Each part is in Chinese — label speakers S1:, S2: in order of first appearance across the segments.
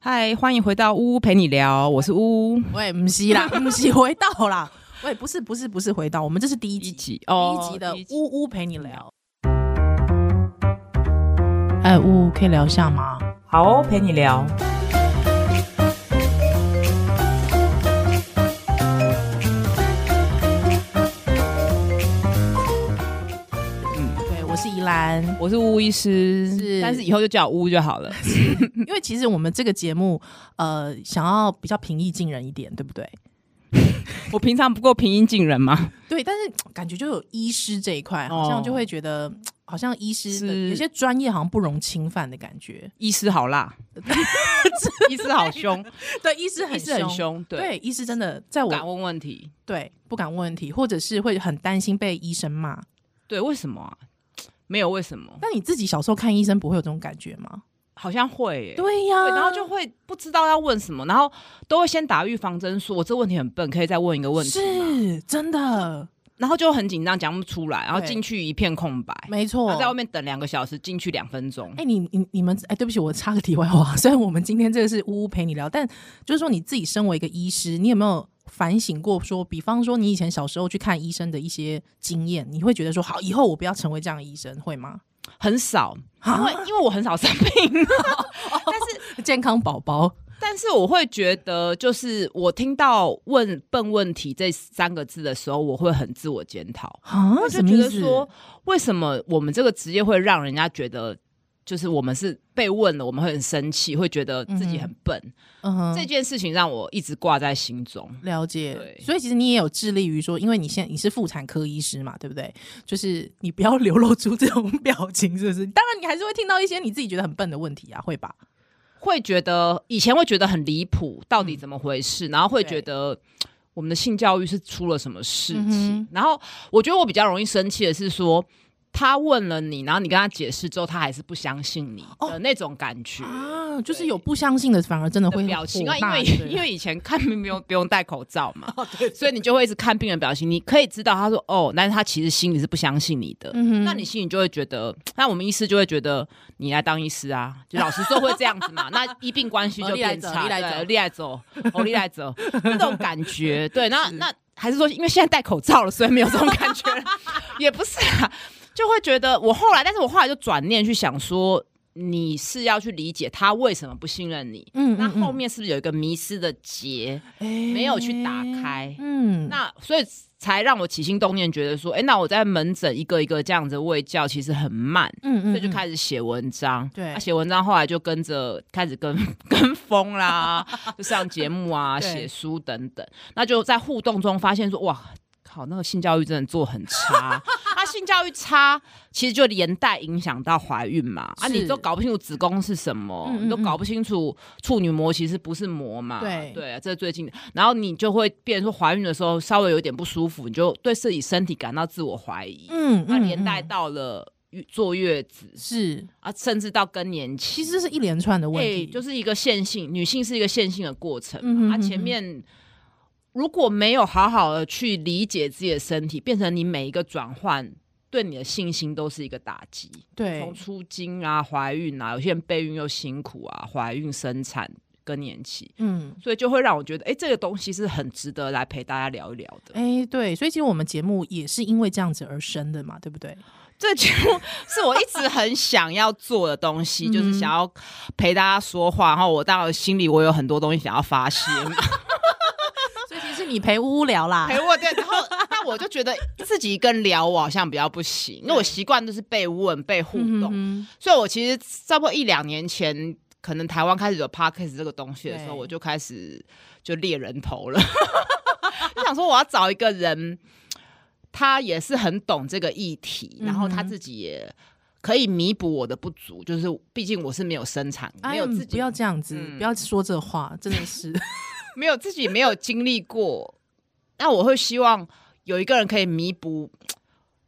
S1: 嗨，欢迎回到呜呜陪你聊，我是呜呜。
S2: 喂，不是 啦，不是回到啦，喂，不是不是不是回到，我们这是第一集，哦
S1: 集哦
S2: 第一集的
S1: 第一集
S2: 呜呜陪你聊。哎，呜呜可以聊一下吗？
S1: 好哦，陪你聊。
S2: 对，我是宜 兰，
S1: 我是呜呜医师，
S2: 是
S1: 但是以后就叫我呜呜就好了。
S2: 因为其实我们这个节目，呃，想要比较平易近人一点，对不对？
S1: 我平常不够平易近人吗？
S2: 对，但是感觉就有医师这一块，
S1: 哦
S2: 好像就会觉得，好像医师的
S1: 是
S2: 有些专业好像不容侵犯的感觉。
S1: 医师好 辣，医师好凶，
S2: 对，医师
S1: 医师很，凶，对，
S2: 对，医师真的在
S1: 不
S2: 我
S1: 敢问问题。
S2: 对不敢问问题，或者是会很担心被医生骂。
S1: 对，为什么啊？没有为什么，
S2: 但你自己小时候看医生不会有这种感觉吗？
S1: 好像会耶。
S2: 对啊呀、
S1: 对，然后就会不知道要问什么，然后都会先打预防针，说我这问题很笨，可以再问一个问题吗，
S2: 是真的，
S1: 然后就很紧张，讲不出来，然后
S2: 对
S1: 进去一片空白，
S2: 没错
S1: 然后。在外面等两个小时，进去两分钟
S2: 哦哎、。你你你们哎、对不起，我插个题外话。 虽然我们今天这个是呜呜陪你聊，但就是说你自己身为一个医师，你有没有反省过说，比方说你以前小时候去看医生的一些经验，你会觉得说，好，以后我不要成为这样的医生，会吗？
S1: 很少，
S2: 啊
S1: 因为因为我很少生病， 但是
S2: 健康宝宝，
S1: 但是我会觉得，就是我听到“问笨问题”这三个字的时候，我会很自我检讨，
S2: 啊
S1: 我就觉得说，为什么我们这个职业会让人家觉得。就是我们是被问了，我们会很生气，会觉得自己很笨。
S2: 嗯哼
S1: 这件事情让我一直挂在心中。
S2: 了解
S1: 对，
S2: 所以其实你也有致力于说，因为你现在你是妇产科医师嘛，对不对？就是你不要流露出这种 表情，是不是？当然，你还是会听到一些你自己觉得很笨的问题啊，会吧？
S1: 会觉得以前会觉得很离谱，到底怎么回事？
S2: 嗯
S1: 然后会觉得嘖我们的性教育是出了什么事情？
S2: 嗯哼
S1: 然后我觉得我比较容易生气的是说。他问了你，然后你跟他解释之后，他还是不相信你的那种感觉
S2: 哦啊，就是有不相信的，反而真的
S1: 的
S2: 会
S1: 表情
S2: 火
S1: 啊，因
S2: 大
S1: 为
S2: 对不哦对
S1: 因为以前看病不用不用戴口罩 嘛，所以你就会一直看病人表情，你可以知道他说哦，但是他其实心里是不相信你的，
S2: 嗯哼
S1: 那你心里就会觉得，那我们医师就会觉得你来当医师啊，就老实说会这样子 嘛，那医病关系就变差，
S2: 哦你来走
S1: 对你来走，哦，你来走，那种感觉，对， 那那还是说，因为现在戴口罩了，所以没有这种感觉了，也不是啊，就会觉得我后来，但是我后来就转念去想说。你是要去理解他为什么不信任你，
S2: 嗯
S1: 那
S2: 嗯嗯
S1: 后面是不是有一个迷失的结？
S2: 哎
S1: 没有去打开
S2: 嗯，
S1: 那所以才让我起心动念，觉得说，哎、那我在门诊一个一个这样子喂教，其实很慢，
S2: 嗯
S1: 所以就开始写文章。
S2: 对
S1: 啊写、文章后来就跟着开始跟 跟风啦， 就上节目啊，
S2: 对
S1: 写书等等。那就在互动中发现说，哇。靠，那个性教育真的做很 差，啊，性教育差，其实就连带影响到怀孕嘛。啊，
S2: 是
S1: 你都搞不清楚子宫是什么，
S2: 嗯嗯
S1: 你都
S2: 嗯
S1: 搞不清楚处女膜其实不是膜嘛。
S2: 对
S1: 对，啊这是最近的。然后你就会变成说，怀孕的时候稍微有点不舒服，你就对自己身体感到自我怀疑，
S2: 嗯
S1: 那、啊连带
S2: 嗯
S1: 到了坐月子
S2: 是，
S1: 啊，甚至到更年期，
S2: 其实是一连串的问
S1: 哎
S2: 题，
S1: 就是一个线性，女性是一个线性的过程嘛。
S2: 嗯哼
S1: 啊，
S2: 嗯哼
S1: 前面如果没有好好的去理解自己的身体，变成你每一个转换。对你的信心都是一个打击，
S2: 对
S1: 从，出经啊、怀孕啊，有些人备孕又辛苦啊，怀孕、生产、更年期，
S2: 嗯。
S1: 所以就会让我觉得，哎、这个东西是很值得来陪大家聊一聊的。
S2: 哎，对，所以其实我们节目也是因为这样子而生的嘛，对 不对？
S1: 这节 目是我一直很想要做的东西，
S2: 嗯
S1: 就是想要陪大家说话。然后我当然心里我有很多东西想要发泄嘛，
S2: 所以其实是你陪乌聊啦，
S1: 陪我对，然后但我就觉得自己一个人聊我好像比较不行，因为我习惯都是被问、被互
S2: 嗯
S1: 动，
S2: 嗯
S1: 所以我其实差不多一两年前。可能台湾开始有 podcast 这个东西的时候，
S2: 对
S1: 我就开始就猎人头了， 就想说我要找一个人，他也是很懂这个议题，然后他
S2: 嗯哼
S1: 自己也可以弥补我的不足，就是毕竟我是没有生产，
S2: 哎
S1: 没有
S2: 嗯
S1: 自己
S2: 不要这样子，
S1: 嗯
S2: 不要说这话，真的是
S1: 没有自己没有经历过，那我会希望有一个人可以弥补，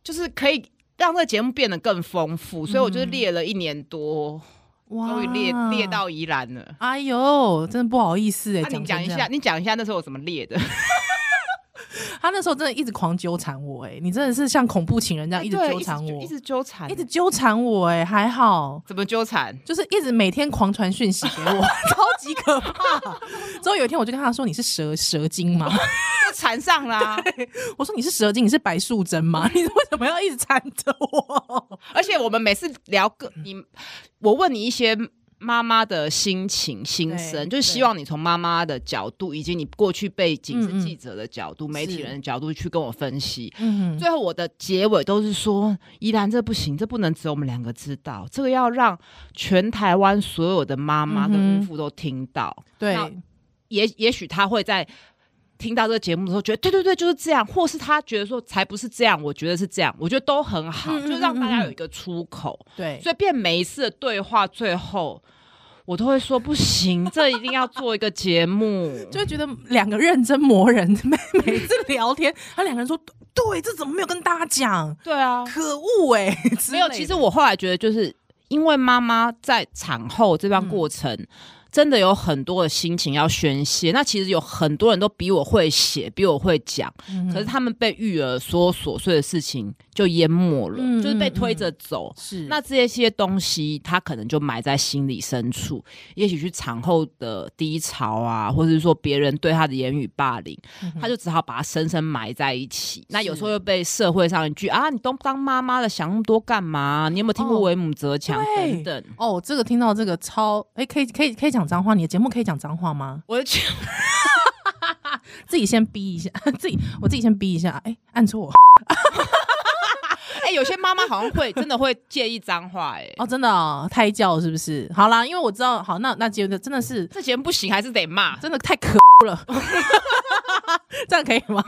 S1: 就是可以让这个节目变得更丰富。所以我
S2: 嗯
S1: 就是列了一年多，
S2: 哇
S1: 终于列列。到宜兰了。啊
S2: 哎呦，真的不好意思哎、
S1: 那、你
S2: 成
S1: 讲一
S2: 这
S1: 下，
S2: 样，
S1: 你讲一下那时候我怎么列的？
S2: 他那时候真的一直狂纠缠我、欸，哎，你真的是像恐怖情人这样一直
S1: 对
S2: 纠缠我，
S1: 一直纠缠，
S2: 一直纠缠我、欸，哎，还好，
S1: 怎么纠缠？
S2: 就是一直每天狂传讯息给我， 超级 可怕。之后有一天我就跟他说：“你是蛇蛇精吗
S1: 就缠上啦、？”
S2: 我说：“你是蛇精，你是白素贞吗？ 你为什么要一直缠着我
S1: 而且我们每次聊个
S2: 嗯
S1: 你，我问你一些妈妈的心情心声，
S2: 对
S1: 就是希望你从妈妈的角度，以及你过去背景
S2: 嗯
S1: 是
S2: 嗯
S1: 记者的角度、媒体人的角度去跟我分析？”。
S2: 嗯，
S1: 最后我的结尾都是说，依兰这不行，这不能只有我们两个知道，这个要让全台湾所有的妈妈跟
S2: 嗯哼
S1: 孕妇都听到。
S2: 对
S1: 那也也许他会在听到这个节目的时候，觉得对对对就是这样，或是他觉得说才不是这样，我觉得是这样，我觉得都很好，
S2: 嗯嗯
S1: 就让大家有一个出口。
S2: 对，
S1: 所以变每一次的对话最后，我都会说不行，这一定要做一个节目。
S2: 就会觉得两个认真磨人，每每次聊天，他两个人说：“对，这怎么没有跟大家讲？
S1: 对啊，
S2: 可恶哎、欸！”之
S1: 没有。
S2: 类
S1: 其实
S2: 的
S1: 我后来觉得，就是因为妈妈在产后这
S2: 嗯
S1: 段过程。真的有很多的心情要宣泄，那其实有很多人都比我会写，比我会讲，
S2: 嗯
S1: 可是他们被育儿所有琐碎的事情就淹没了，
S2: 嗯
S1: 就是被推着走。
S2: 是
S1: 那这些东西，他可能就埋在心里深处，也许去产后的低潮啊，或者是说别人对他的言语霸凌，
S2: 嗯
S1: 他就只好把它深深埋在一起。那有时候又被社会上一句啊，你都当妈妈了，想那么多干嘛？你有没有听过
S2: 哦
S1: 为母则强、
S2: 对
S1: 等等？
S2: 哦，这个听到这个超哎、可以可以可以讲脏话，你的节目可以讲脏话吗？
S1: 我就觉得
S2: 自己先逼一下， 自己我自己先逼一下，哎、按错
S1: 哎、有些妈妈好像会真的会介意脏话、哎、
S2: 哦，真的、哦、胎教是不是？好啦，因为我知道，好那那觉得真的是
S1: 这节目不行，还是得骂。
S2: 真的太可了。 这样可以 吗？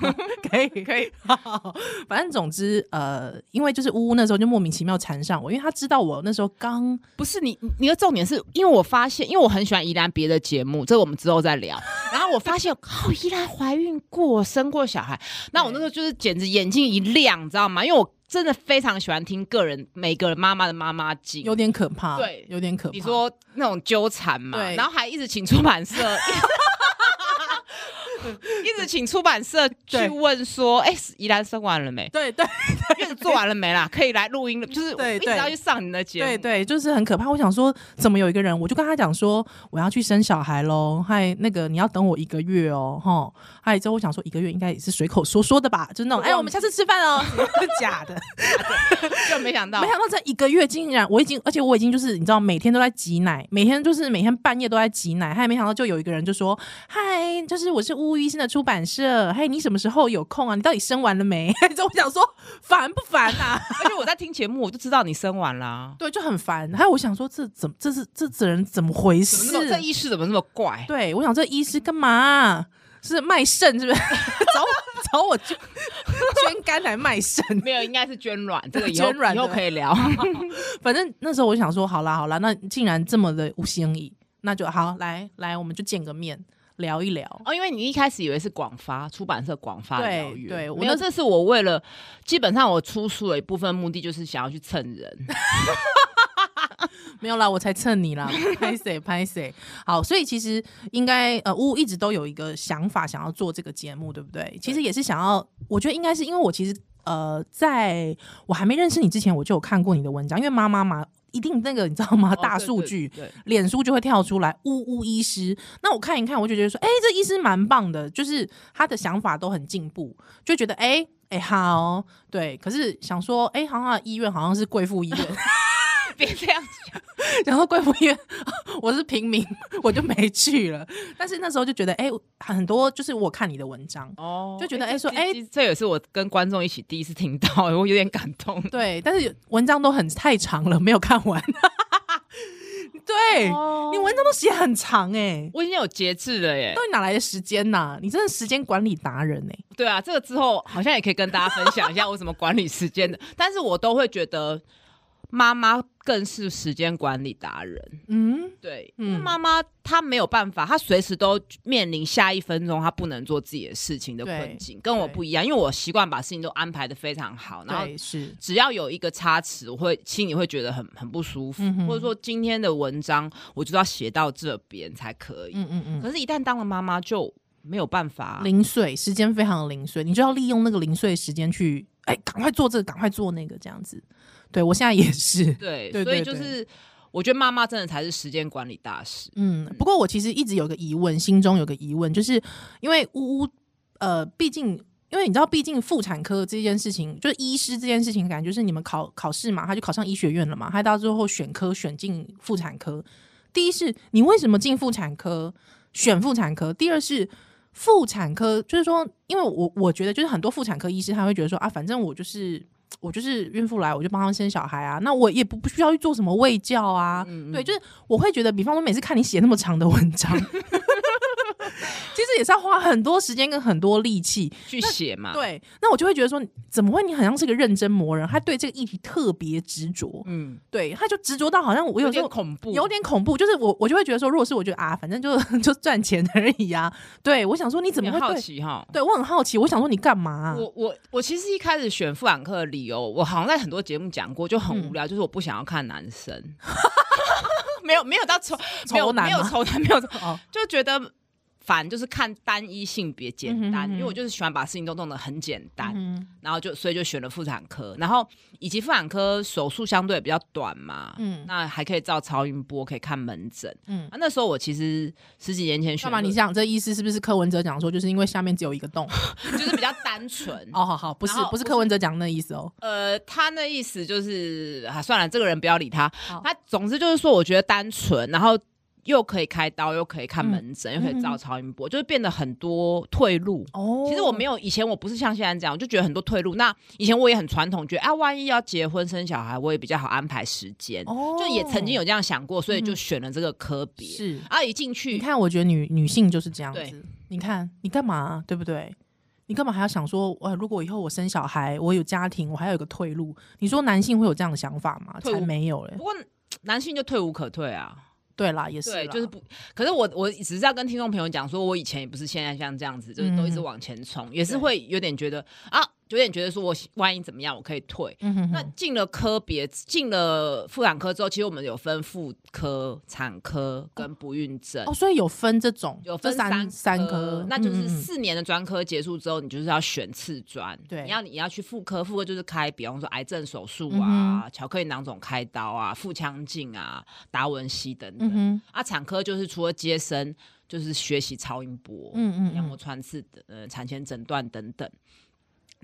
S2: 可以，可以。 好反正总之，呃，因为就是呜呜那时候就莫名其妙缠上我，因为他知道我那时候刚
S1: 不是你，你你的重点是因为我发现，因为我很喜欢宜兰别的节目，这个我们之后再 聊。然后我发现，靠、宜兰怀孕过、生过小孩，那我那时候就是简直眼睛一亮，你知道吗？因为我真的非常喜欢听个人每个妈妈的妈妈经，
S2: 有点可怕，
S1: 对
S2: 有点可怕。
S1: 你说那种纠缠嘛，
S2: 对
S1: 然后还一直请出版社。 一直请出版社去
S2: 对
S1: 问说，哎、宜兰生完了没？
S2: 对对
S1: 月子做完了没啦？可以来录音了，就是我
S2: 对
S1: 一直
S2: 对
S1: 要去上你的节目。
S2: 对对，就是很可怕。我想说，怎么有一个人，我就跟他讲说，我要去生小孩喽，嗨，那个你要等我一个月哦，吼，嗨，之后我想说一个月应该也是随口说说的吧，就是那种，
S1: 我忘
S2: 哎，我们下次吃饭哦，是 假的。
S1: 就没想到，
S2: 没想到这一个月竟然我已经，而且我已经就是你知道，每天都在挤奶，每天就是每天半夜都在挤奶。还没想到就有一个人就说：“嗨，就是我是乌医生的出版社，嗨，你什么时候有空啊？你到底生完了没？”就我想说烦不烦啊？
S1: 而且我在听节目，我就知道你生完啦、啊
S2: 对，就很烦。还有我想说这怎么这是这这人怎么回
S1: 怎么
S2: 事
S1: 那？么这医师怎么那么怪？
S2: 对，我想这医师干嘛啊、是卖肾是不是？找我找我捐捐肝来卖肾？
S1: 没有，应该是 捐卵，这个以后
S2: 捐卵
S1: 以
S2: 的
S1: 后可以聊。
S2: 反正那时候我想说，好啦好啦，那竟然这么的无心意，那就好来来，我们就见个面聊一聊。
S1: 哦，因为你一开始以为是广发出版社广发
S2: 对
S1: 疗愈，
S2: 对我
S1: 没有，
S2: 那
S1: 这是我为了基本上我出书的一部分目的就是想要去蹭 人，
S2: 没有啦，我才蹭你啦， 拍谁拍谁。好，所以其实应该呃，呜一直都有一个想法，想要做这个节目，对不对？其实也是想要，我觉得应该是因为我其实呃，在我还没认识你之前，我就有看过你的文章，因为妈妈嘛，一定那个你知道吗？大
S1: 哦对
S2: 数
S1: 对
S2: 据。
S1: 对，
S2: 脸书就会跳出来，呜呜医师。那我看一看，我就觉得说，哎、这医师蛮棒的，就是他的想法都很进步，就觉得哎哎、好、对。可是想说，哎、好像医院好像是贵妇医院，
S1: 别这样讲，
S2: 然后贵妇医院 我是平民，我就没去了。但是那时候就觉得，哎、很多就是我看你的文章。
S1: 哦
S2: 就觉得哎说哎
S1: 这这也是我跟观众一起第一次听到， 我有点感动。
S2: 对，但是有文章都很太长了，没有看完。 对、
S1: 哦
S2: 你文章都写很长哎、
S1: 我已经有节制了耶
S2: 到，底哪来的时间呐、你真的时间管理达人哎、
S1: 对啊，这个之后好像也可以跟大家分享一下我怎么管理时间的，但是我都会觉得妈妈更是时间管理达人。
S2: 嗯，
S1: 对，
S2: 嗯
S1: 因为妈妈她没有办法，她随时都面临下一分钟她不能做自己的事情的困境，跟我不一样，因为我习惯把事情都安排的非常好，然后
S2: 对，是，
S1: 只要有一个差池，我会心里会觉得很很不舒服，
S2: 嗯哼
S1: 或者说今天的文章我就要写到这边才可以。
S2: 嗯嗯嗯，
S1: 可是，一旦当了妈妈，就没有办法、
S2: 零碎，时间非常的零碎，你就要利用那个零碎的时间去，哎、赶快做这个，赶快做那个，这样子。对我现在也是，
S1: 对，
S2: 对
S1: 所以
S2: 对
S1: 就
S2: 对
S1: 是我觉得妈妈真的才是时间管理大师。
S2: 嗯，不过我其实一直有个疑问，心中有个疑问，就是因为呜呜，呃，毕竟因为你知道，毕竟妇产科这件事情，就是医师这件事情，感觉就是你们考考试嘛，他就考上医学院了嘛，他到最后选科选进妇产科。第一是你为什么进妇产科，选妇产科？第二是妇产科，就是说，因为我我觉得就是很多妇产科医师他会觉得说啊，反正我就是。我就是孕妇来，我就帮她生小孩啊，那我也不不需要去做什么卫教啊，对，就是我会觉得，比方说每次看你写那么长的文 章，其实也是要花很多时间跟很多力气。
S1: 去写嘛，
S2: 对，那我就会觉得说，怎么会你好像是个认真魔人，他对这个议题特别执着，
S1: 嗯，
S2: 对，他就执着到好像我
S1: 有
S2: 有时
S1: 点
S2: 候。
S1: 恐怖，
S2: 有点恐怖，就是我我就会觉得说，如果是我就啊，反正就 就赚钱而已啊。对，我想说你怎么
S1: 有
S2: 会
S1: 点好
S2: 对？
S1: 奇哈。
S2: 对我很好奇，我想说你干嘛啊、
S1: 我我我其实一开始选妇产科的理由，我好像在很多节目讲过，就很
S2: 嗯
S1: 无聊，就是我不想要看男 生，没有没有到仇没有
S2: 仇男
S1: 没有
S2: 吗
S1: 仇男没有仇，
S2: 哦，
S1: 就觉得烦，就是看单一性别简
S2: 嗯哼
S1: 单，
S2: 嗯哼
S1: 因为我就是喜欢把事情都弄得很简单，
S2: 嗯
S1: 然后就所以就选了妇产科，然后以及妇产科手术相对比较短嘛，
S2: 嗯
S1: 那还可以照超音波，可以看门诊。
S2: 嗯
S1: 啊，那时候我其实十几年前选
S2: 干
S1: 的，
S2: 嘛？你想这意思是不是柯文哲讲说，就是因为下面只有一个洞？。
S1: 就是比较单纯
S2: 哦，好好，不是
S1: 然后
S2: 不是
S1: 不
S2: 柯文哲讲的那意思哦。
S1: 呃，他那意思就是啊，算了，这个人不要理他
S2: 好。
S1: 他总之就是说，我觉得单纯，然后又可以开刀，又可以看门
S2: 嗯
S1: 诊，又可以照超音波，就是变得很多退路。
S2: 哦
S1: 其实我没有以前我不是像现在这样，我就觉得很多退路。那以前我也很传统，觉得啊，万一要结婚生小孩，我也比较好安排时间。
S2: 哦
S1: 就也曾经有这样想过，所以就
S2: 嗯
S1: 选了这个科别。
S2: 是，
S1: 啊，一进去
S2: 你看，我觉得女女性就是这样
S1: 对
S2: 子。你看，你干嘛、对不对？你干嘛还要想说，呃，如果以后我生小孩，我有家庭，我还有一个退路？你说男性会有这样的想法吗？
S1: 退
S2: 才
S1: 路
S2: 没有嘞
S1: 不。过男性就退无可退啊，
S2: 对啦，也是啦，
S1: 对，就是不。可是我我只是要跟听众朋友讲，说我以前也不是现在像这样子，就是都一直
S2: 嗯
S1: 往前冲，也是
S2: 对
S1: 会有点觉得啊，有点觉得说我万一怎么样，我可以退。
S2: 嗯哼哼
S1: 那进了科别，进了妇产科之后，其实我们有分妇科、产科跟不孕症。
S2: 哦，所以有分这种，
S1: 呃有分
S2: 这三
S1: 三
S2: 三科，
S1: 那就是
S2: 嗯嗯嗯
S1: 四年的专科结束之后，你就是要选次专。
S2: 对
S1: 你要你要去妇科，妇科就是开，比方说癌症手术
S2: 嗯
S1: 啊、巧克力囊肿开刀啊、腹腔镜啊、达文西等等。
S2: 嗯哼，
S1: 啊，产科就是除了接生，就是学习超音波、
S2: 嗯嗯
S1: 羊
S2: 嗯
S1: 膜穿刺、呃产前诊断等等。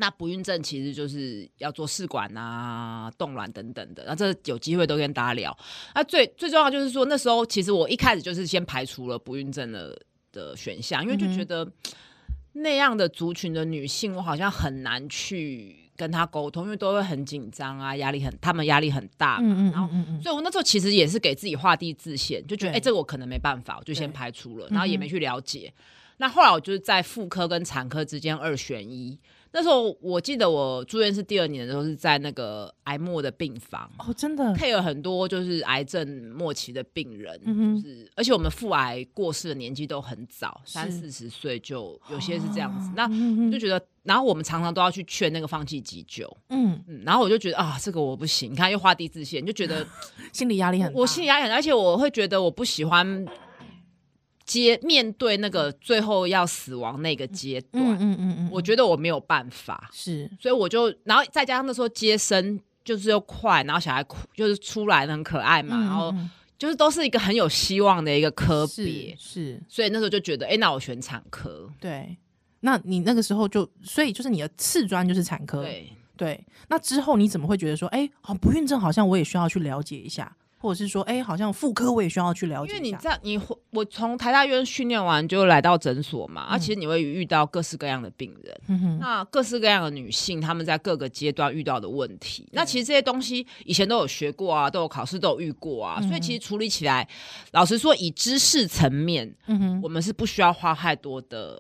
S1: 那不孕症其实就是要做试管啊、冻卵等等的，那这有机会都跟大家聊。那最最重要就是说，那时候其实我一开始就是先排除了不孕症的的选项，因为就
S2: 嗯哼
S1: 觉得那样的族群的女性，我好像很难去跟她沟通，因为都会很紧张啊，压力很，她们压力很大嘛
S2: 嗯嗯
S1: 然后
S2: 嗯嗯
S1: 所以我那时候其实也是给自己画地自限，就觉得哎、
S2: 对
S1: 诶这个我可能没办法，我就先
S2: 对嗯
S1: 排除了，
S2: 哼
S1: 然后也没去了解。那后来我就是在妇科跟产科之间二选一。那时候我记得我住院是第二年的时候是在那个癌末的病房，
S2: 嗯，哦，真的，
S1: 配了很多就是癌症末期的病人，
S2: 嗯哼
S1: 就是而且我们腹癌过世的年纪都很早，
S2: 是哦
S1: 三四十岁就有些是这样子。那
S2: 嗯
S1: 我就觉得，然后我们常常都要去劝那个放弃急救，
S2: 嗯，
S1: 嗯，然后我就觉得啊，这个我不行，你看又画地自限，就觉得。
S2: 心理压力很大，
S1: 我心里压力很大，而且我会觉得我不喜欢接面对那个最后要死亡那个阶段，
S2: 嗯，嗯嗯嗯嗯，
S1: 我觉得我没有办法，
S2: 是，
S1: 所以我就，然后再加上那时候接生就是又快，然后小孩哭就是出来很可爱嘛，
S2: 嗯
S1: 然后
S2: 嗯嗯
S1: 就是都是一个很有希望的一个科
S2: 是
S1: 别，
S2: 是，
S1: 所以那时候就觉得，哎、那我选产科，
S2: 对，那你那个时候就，所以就是你的次专就是产科，
S1: 对。
S2: 对那之后你怎么会觉得说，哎、哦，不孕症好像我也需要去了解一下，或者是说，哎、好像妇科我也需要去了
S1: 因
S2: 解
S1: 为
S2: 一
S1: 你
S2: 下，
S1: 知道，你我从台大医院训练完就来到诊所嘛，啊，
S2: 嗯
S1: 其实你会遇到各式各样的病人，
S2: 嗯哼，
S1: 那各式各样的女性，她们在各个阶段遇到的问题，那其实这些东西以前都有学过啊，都有考试都有遇过啊，所以其实处理起来，老实说，以知识层面，
S2: 嗯哼，
S1: 我们是不需要花太多的，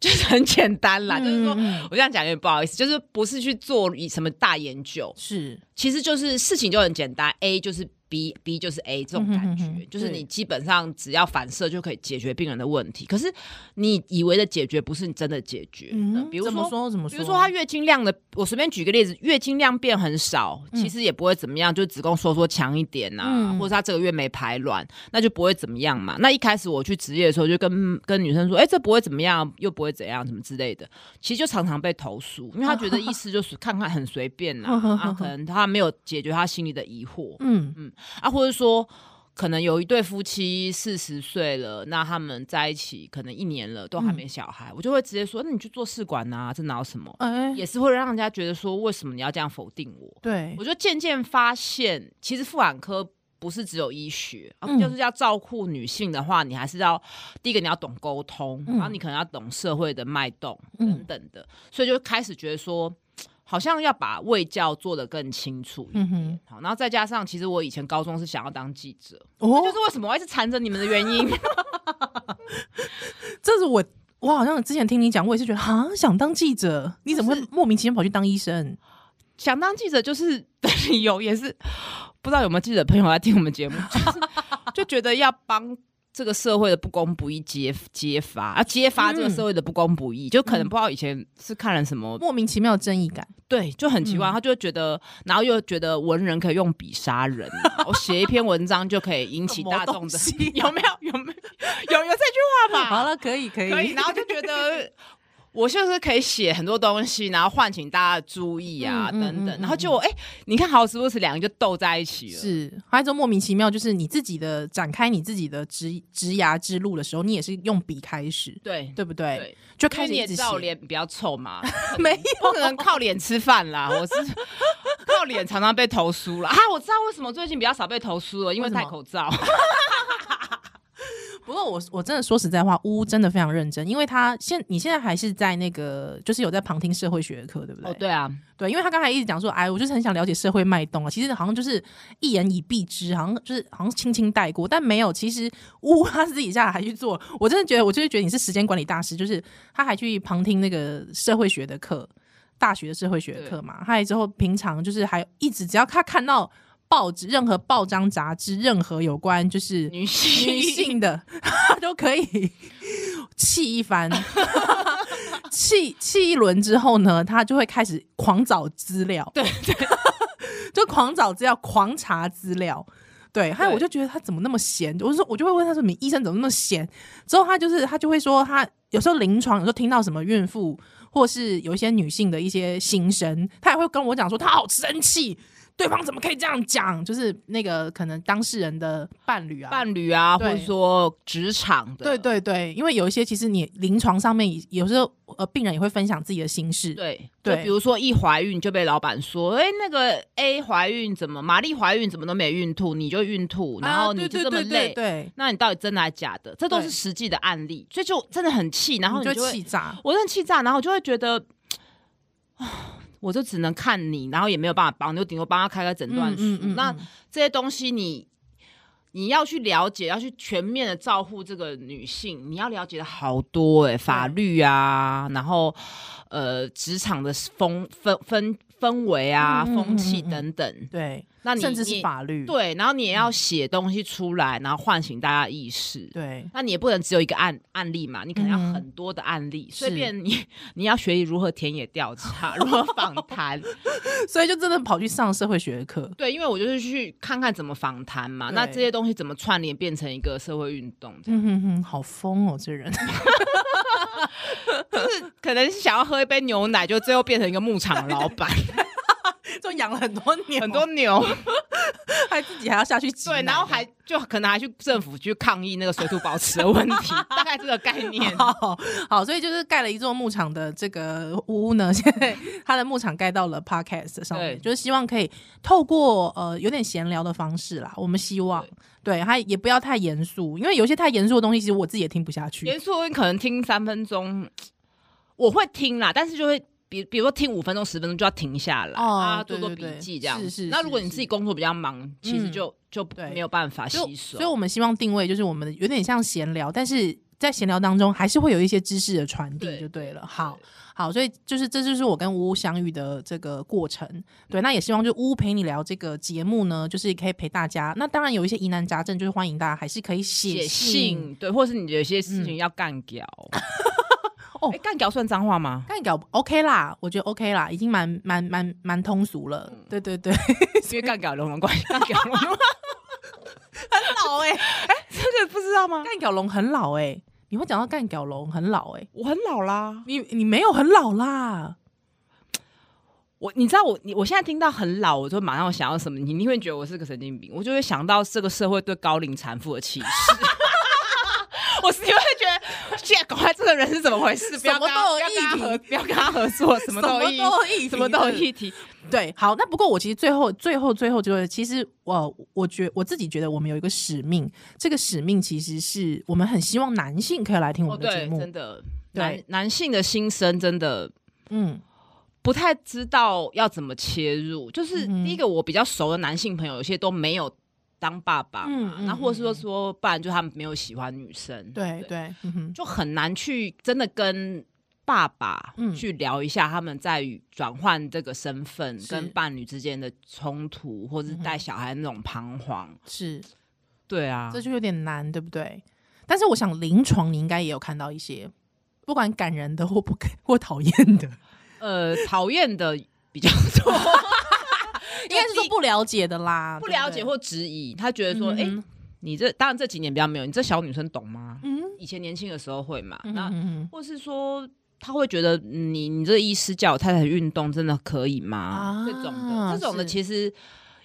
S1: 就是很简单啦，就是说。
S2: 嗯嗯嗯
S1: 我这样讲有点不好意思，就是不是去做以什么大研究，
S2: 是
S1: 其实就是事情就很简单，A 就是 B B 就是 A 这种感觉，
S2: 嗯哼哼哼
S1: 就是
S2: 对
S1: 你基本上只要反射就可以解决病人的问题。可是你以为的解决不是你真的解决的，
S2: 嗯，
S1: 呃比如
S2: 怎么说怎么
S1: 比如说，她月经量的，我随便举个例子，月经量变很少，
S2: 嗯
S1: 其实也不会怎么样，就子宫收缩强一点呐、
S2: 嗯
S1: 或者她这个月没排卵，那就不会怎么样嘛。那一开始我去职业的时候，就跟跟女生说，哎、这不会怎么样，又不会怎样，什么之类的。其实就常常被投诉，因为她觉得医师就是看看很随便 呐、啊，可能她没有解决她心里的疑惑
S2: 嗯
S1: 啊，或者说。可能有一对夫妻四十岁了，那他们在一起可能一年了，都
S2: 嗯
S1: 还没小孩，我就会直接说：“那你去做试管呐、这哪有什么？”
S2: 哎，
S1: 也是会让人家觉得说，为什么你要这样否定我？
S2: 对
S1: 我，就渐渐发现，其实妇产科不是只有医学，啊
S2: 嗯
S1: 就是要照顾女性的话，你还是要第一个你要懂沟通，
S2: 嗯
S1: 然后你可能要懂社会的脉动
S2: 嗯
S1: 等等的，所以就开始觉得说。好像要把卫教做得更清楚一点，
S2: 嗯哼，
S1: 好，然后再加上，其实我以前高中是想要当记者，这
S2: 哦
S1: 就，是为什么我一直缠着你们的原因。
S2: 这是我。我好像之前听你讲，我也是觉得啊，想当记者，你怎么会莫名其妙跑去当医生？
S1: 想当记者就是的理由也是不知道有没有记者朋友来听我们节目， 就是就觉得要帮这个社会的不公不义揭揭发，啊，揭发这个社会的不公不
S2: 嗯
S1: 义，就可能不知道以前是看了什么，
S2: 莫名其妙的正义感，
S1: 对，就很奇怪，
S2: 嗯
S1: 他就会觉得，然后又觉得文人可以用笔杀人啊、我写一篇文章就可以引起大众的
S2: 什么东西啊
S1: 有没有有没有有有这句话吧？
S2: 好了，可以可以，
S1: 啊可 以，然后就觉得我就是可以写很多东西，然后唤醒大家的注意啊、
S2: 嗯嗯
S1: 等
S2: 嗯嗯
S1: 等，然后结果哎、你看好死不死两个就斗在一起了，
S2: 是，还有一种莫名其妙，就是你自己的展开你自己的职职涯之路的时候，你也是用笔开始，
S1: 对。
S2: 对不对？
S1: 对
S2: 就
S1: 因为
S2: 开始
S1: 你
S2: 一
S1: 也
S2: 直
S1: 知道我
S2: 写，
S1: 脸比较臭 嘛，
S2: 没
S1: 有可能靠脸吃饭啦。我是靠脸常常被投诉了啊！我知道为什么最近比较少被投诉了，因为哦
S2: 为什么
S1: 戴口罩。
S2: 不过我我真的说实在话，呜真的非常认真，因为他现你现在还是在那个，就是有在旁听社会学课，对不对？
S1: 哦，对啊，
S2: 对因为他刚才一直讲说，哎，我就是很想了解社会脉动啊，其实好像就是一言以蔽之，好像就是好像轻轻带过，但没有。其实呜他私底下还去做，我真的觉得，我就是觉得你是时间管理大师，就是他还去旁听那个社会学的课，大学的社会学
S1: 对
S2: 课嘛，他也之后平常就是还一直只要他看到报纸、任何报章、杂志、任何有关就是
S1: 女性
S2: 女性的， 他都可以气一番。 气气一轮之后呢，他就会开始狂找资料，
S1: 对对，
S2: 就狂找资料、狂查资料。对，还有
S1: 对
S2: 我就觉得他怎么那么闲？我就说，我就会问他说：“你医生怎么那么闲？”之后他就是他就会说他，有时候临床，有时候听到什么孕妇或是有一些女性的一些心声，他也会跟我讲说他好生气，对方怎么可以这样讲？就是那个可能当事人的伴侣啊，
S1: 伴侣啊，或
S2: 对
S1: 者说职场的，
S2: 对对对，因为有一些其实你临床上面也有时候呃，病人也会分享自己的心事。
S1: 对，
S2: 对
S1: 就比如说一怀孕就被老板说，哎、那个 A 怀孕怎么，玛丽怀孕怎么都没孕吐，你就孕吐，然后你
S2: 啊对
S1: 就这
S2: 对
S1: 么
S2: 对
S1: 累，
S2: 对对，
S1: 那你到底真的还假的？这都
S2: 对
S1: 是实际的案例，所以就真的很气，然后
S2: 你
S1: 你
S2: 就
S1: 就
S2: 会
S1: 会，
S2: 气炸。
S1: 我真的气炸，然后我就会觉得，啊我就只能看你，然后也没有办法帮，你就顶多帮他开开诊
S2: 嗯
S1: 断书。那这些东西你。你要去了解，要去全面的照顾这个女性，你要了解的好多哎、法律啊，然后呃，职场的风氛氛氛围啊、
S2: 嗯嗯嗯
S1: 风气
S2: 嗯嗯
S1: 等等。
S2: 对，
S1: 那你
S2: 甚至是
S1: 你
S2: 法律，
S1: 对，然后你也要写东西出来，然后唤醒大家意识。
S2: 对
S1: 那你也不能只有一个案案例嘛，你可能要
S2: 嗯
S1: 很多的案例，
S2: 是
S1: 随便你 你要学习如何田野调查，如何访谈，
S2: 所以就真的跑去上社会学的课。
S1: 对，因为我就是去看看怎么访谈嘛，
S2: 对
S1: 那这些东西怎么串联变成一个社会运动，这样
S2: 嗯哼哼，好疯哦，这人
S1: 可能是想要喝一杯牛奶，就最后变成一个牧场老板，
S2: 就养了很多年，哦
S1: 很多牛，
S2: 还自己还要下去挤奶
S1: 对，然后还就可能还去政府去抗议那个水土保持的问题，大概这个概 念。
S2: 好好，所以就是盖了一座牧场的这个屋呢， 现在他的牧场盖到了 podcast 上面，
S1: 对
S2: 就是希望可以透过呃有点闲聊的方式啦，我们希望对他也不要太严肃，因为有些太严肃的东西，其实我自己也听不下去。
S1: 严肃你可能听三分钟，我会听啦，但是就会。比比如说听五分钟十分钟就要停下来、
S2: 哦
S1: 啊，做做
S2: 对
S1: 笔
S2: 对
S1: 记
S2: 对
S1: 这样。
S2: 是是
S1: 那
S2: 是
S1: 如果你
S2: 是
S1: 自己工作比较忙，其实
S2: 嗯
S1: 就就
S2: 对
S1: 没有办法
S2: 就
S1: 吸收
S2: 所以，。我们希望定位就是我们的有点像闲聊，但是在闲聊当中还是会有一些知识的传递，
S1: 对
S2: 就对了。好好，所以就是这就是我跟呜呜相遇的这个过程。对，那也希望就呜呜陪你聊这个节目呢，就是可以陪大家。那当然有一些疑难杂症，就是欢迎大家还是可以
S1: 写
S2: 写信。嗯
S1: 信，对，或是你有些事情要干掉。
S2: 哦
S1: 诶干掉算脏话 吗？
S2: 干搞 OK 啦，我觉得 OK 啦，已经蛮蛮蛮蛮通俗了。
S1: 嗯
S2: 对对对，
S1: 因为干掉龙门关系，干掉龙门，
S2: 老
S1: 欸
S2: 哎、
S1: 这个不知道吗？
S2: 干搞龙很老哎、你会讲到干搞龙很老哎、
S1: 我很老啦，
S2: 你你没有很老啦，
S1: 我你知道我你我现在听到很老，我就马上想到什么？你你会觉得我是个神经病，我就会想到这个社会对高龄产妇的歧视。 我是会觉得，现在赶快这个人是怎么回事？不要跟他
S2: 什么
S1: 不要跟他
S2: 都有议题
S1: 合，不要跟他合作，什么都有议题，
S2: 一
S1: 什么都有议题。
S2: 对，好，那不过我其实最后最后最后就是，其实我我觉我自己觉得我们有一个使命，这个使命其实是我们很希望男性可以来听我
S1: 哦，
S2: 们的节
S1: 对，
S2: 目，
S1: 真的，
S2: 对
S1: 男男性的心声真的
S2: 嗯
S1: 不太知道要怎么切入。就是
S2: 嗯哼
S1: 第一个，我比较熟的男性朋友，有些都没有当爸爸嘛，
S2: 嗯嗯
S1: 那或者是说
S2: 嗯嗯
S1: 说，不然就他们没有喜欢女生，
S2: 对对，嗯哼
S1: 就很难去真的跟爸爸
S2: 嗯
S1: 去聊一下他们在于转换这个身份
S2: 是
S1: 跟伴侣之间的冲突，或是
S2: 嗯哼
S1: 带小孩那种彷徨。
S2: 是，
S1: 对啊
S2: 这，就有点难，对不对？但是我想临床你应该也有看到一些，不管感人的或不感或讨厌 的，
S1: 呃，讨厌的比较 多，
S2: 应该是说不了解的啦，
S1: 不了解
S2: 对
S1: 或质疑，他觉
S2: 不
S1: 得说，
S2: 对
S1: 哎、
S2: 嗯哼
S1: 你这当然这几年比较没有，你这小女生懂吗？
S2: 嗯
S1: 以前年轻的时候会嘛，
S2: 嗯
S1: 那
S2: 嗯
S1: 或是说他会觉得嗯你你这医师叫我太太运动真的可以吗？
S2: 啊
S1: 这种的，这种的
S2: 是，
S1: 其实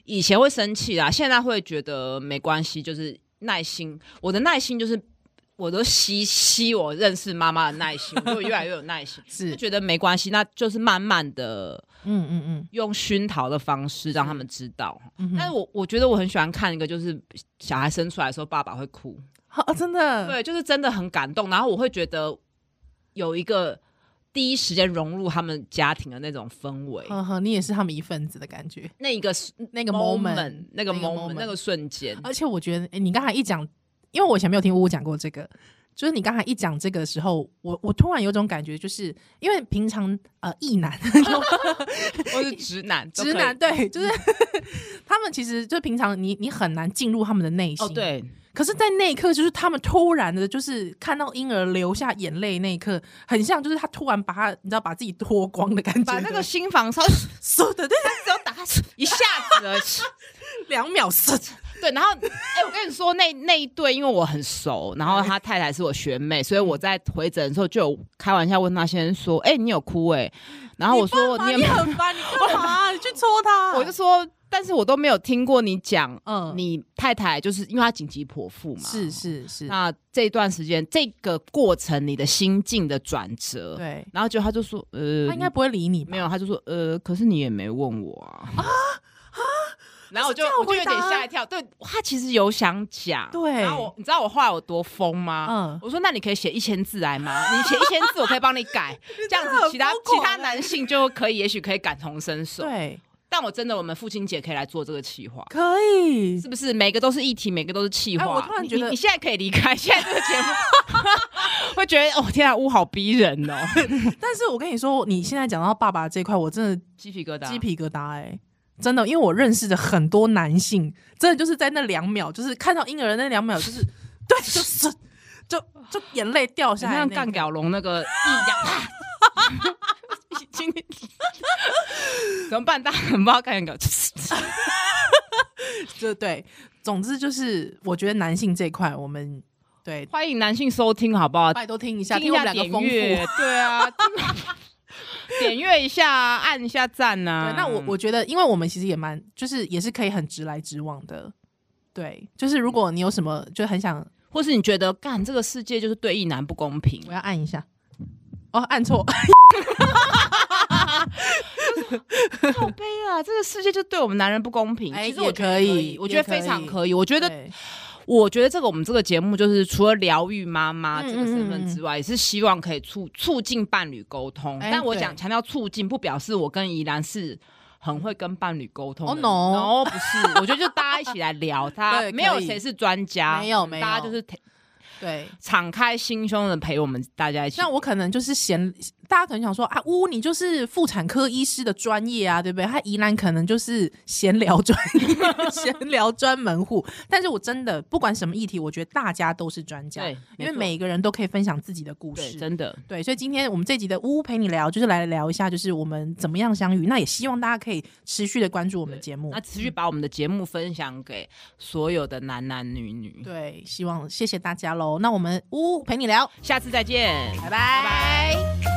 S1: 以前会生气啦，现在会觉得没关系，就是耐心。我的耐心就是我都吸吸我认识妈妈的耐心，我就越来越有耐心
S2: 是
S1: 就觉得没关系，那就是慢慢的
S2: 嗯嗯嗯
S1: 用熏陶的方式让他们知道。
S2: 嗯哼，
S1: 但是我我觉得我很喜欢看一个，就是小孩生出来的时候，爸爸会哭，
S2: 好、啊真的
S1: 对，就是真的很感动。然后我会觉得有一个第一时间融入他们家庭的那种氛围，
S2: 呵呵，你也是他们一份子的感觉，
S1: 那一个
S2: 那
S1: 嗯那
S2: 个 moment，
S1: 那个 moment，那个哦瞬间，
S2: 而且我觉得，诶你刚才一讲，因为我以前没有听呜呜讲过这个，就是你刚才一讲这个时候，我我突然有种感觉，就是因为平常呃，异男、
S1: 或是直男，都可以
S2: 直男，对，就是 他们其实就平常你你很难进入他们的内心，
S1: 哦，。对，
S2: 可是，在那一刻，就是他们突然的，就是看到婴儿流下眼泪那一刻，很像就是他突然把他，你知道，把自己脱光的感觉，
S1: 把那个心房稍微
S2: 嗖的，对，
S1: 只有打一下子 而已。
S2: 两秒嗖，
S1: 对，然后哎、我跟你说，那那一对，因为我很熟，然后他太太是我学妹，所以我在回诊的时候就有开玩笑问他先生说：“哎、你有哭哎、然后我说：“
S2: 你
S1: 有没有
S2: 很烦，你干
S1: 啊
S2: 嘛？啊你去戳他？”
S1: 我就说：“但是我都没有听过你讲，
S2: 嗯
S1: 你太太就是因为她紧急剖腹嘛，
S2: 是。是是，
S1: 那这段时间这个过程，你的心境的转折，。
S2: 对，
S1: 然后就他就说：“呃，
S2: 他应该不会理你吧？
S1: 没有。”他就说：“呃，可是你也没问我啊。”啊然后我就
S2: 这样
S1: 我就有
S2: 回答
S1: 点吓一跳，对他其实有想讲，
S2: 对
S1: 然后我你知道我后来有多疯吗？
S2: 嗯
S1: 我说那你可以写一千字来吗？ 你写一千字，我可以帮你 改，这样
S2: 很
S1: 子其他
S2: 疯
S1: 其
S2: 狂
S1: 他
S2: 欸
S1: 男性就可以，也许可以感同身受。
S2: 对，
S1: 但我真的，我们父亲节可以来做这个企划，
S2: 可以
S1: 是。不是？每个都是议题，每个都是企划。
S2: 哎我突然
S1: 你
S2: 觉得
S1: 你你现在可以离开，现在这个节目 会觉得哦，天啊，屋好逼人哦，
S2: 但是我跟你说，你现在讲到爸爸这一块，我真
S1: 鸡皮疙
S2: 的
S1: 瘩，
S2: 鸡皮疙瘩哎、真的，因为我认识的很多男性，真的就是在那两秒，就是看到婴儿的那两秒，就是 对，就是 就就眼泪掉
S1: 很
S2: 下来
S1: 像
S2: 那一
S1: 干
S2: 刻，
S1: 屌龙那个一样。 今天怎么办？大家很不知道干屌，
S2: 就对。总之就是，我觉得男性这一块，我们对
S1: 欢迎男性收听，好不好？
S2: 拜托听一下，
S1: 听
S2: 听
S1: 一
S2: 我们
S1: 下
S2: 两
S1: 点
S2: 个丰富
S1: 阅。， 对啊，点阅一下啊，按一下赞呐、啊
S2: 对，。那我我觉得，因为我们其实也蛮，就是也是可以很直来直往的。对，就是如果你有什么，就很想，
S1: 或是你觉得干这个世界就是对一男不公平
S2: 我，要按一下，哦，按错，
S1: 好悲啊！这个世界就对我们男人不公平。
S2: 哎
S1: 其实我
S2: 也
S1: 觉得
S2: 可以
S1: 我觉得非常可以。我觉
S2: 觉
S1: 得，我觉得这个我们这个节目就是除了疗愈妈妈
S2: 嗯
S1: 这个身份之外，也是希望可以促促进伴侣沟通。
S2: 哎
S1: 但我
S2: 对
S1: 讲强调促进，不表示我跟怡兰是。很会跟伴侣沟通的
S2: 哦
S1: 人
S2: no
S1: 不是，我觉得就大家一起来聊，大
S2: 对
S1: 家没有
S2: 可以
S1: 谁是专家，
S2: 没有没有
S1: 大家就是
S2: 对。
S1: 敞开心胸的陪我们大家一起
S2: 那。我可能就是嫌大家可能想说啊，呜，你就是妇产科医师的专业啊，对不对？他宜兰可能就是闲聊专业 闲聊专门户，但是我真的不管什么议题，我觉得大家都是专家，
S1: 对
S2: 因
S1: 没
S2: 为
S1: 错
S2: 每个人都可以分享自己的故
S1: 对，
S2: 事，
S1: 真的，
S2: 对，嗯所以今天我们这集的呜呜陪你聊，就是来聊一下，就是我们怎么样相遇。那也希望大家可以持续的关注我们的节目
S1: 那。持续把我们的节目分享给所有的男男女女。
S2: 对，希望谢谢大家喽。那我们呜呜陪你聊，
S1: 下次再见，拜
S2: 拜拜。
S1: 拜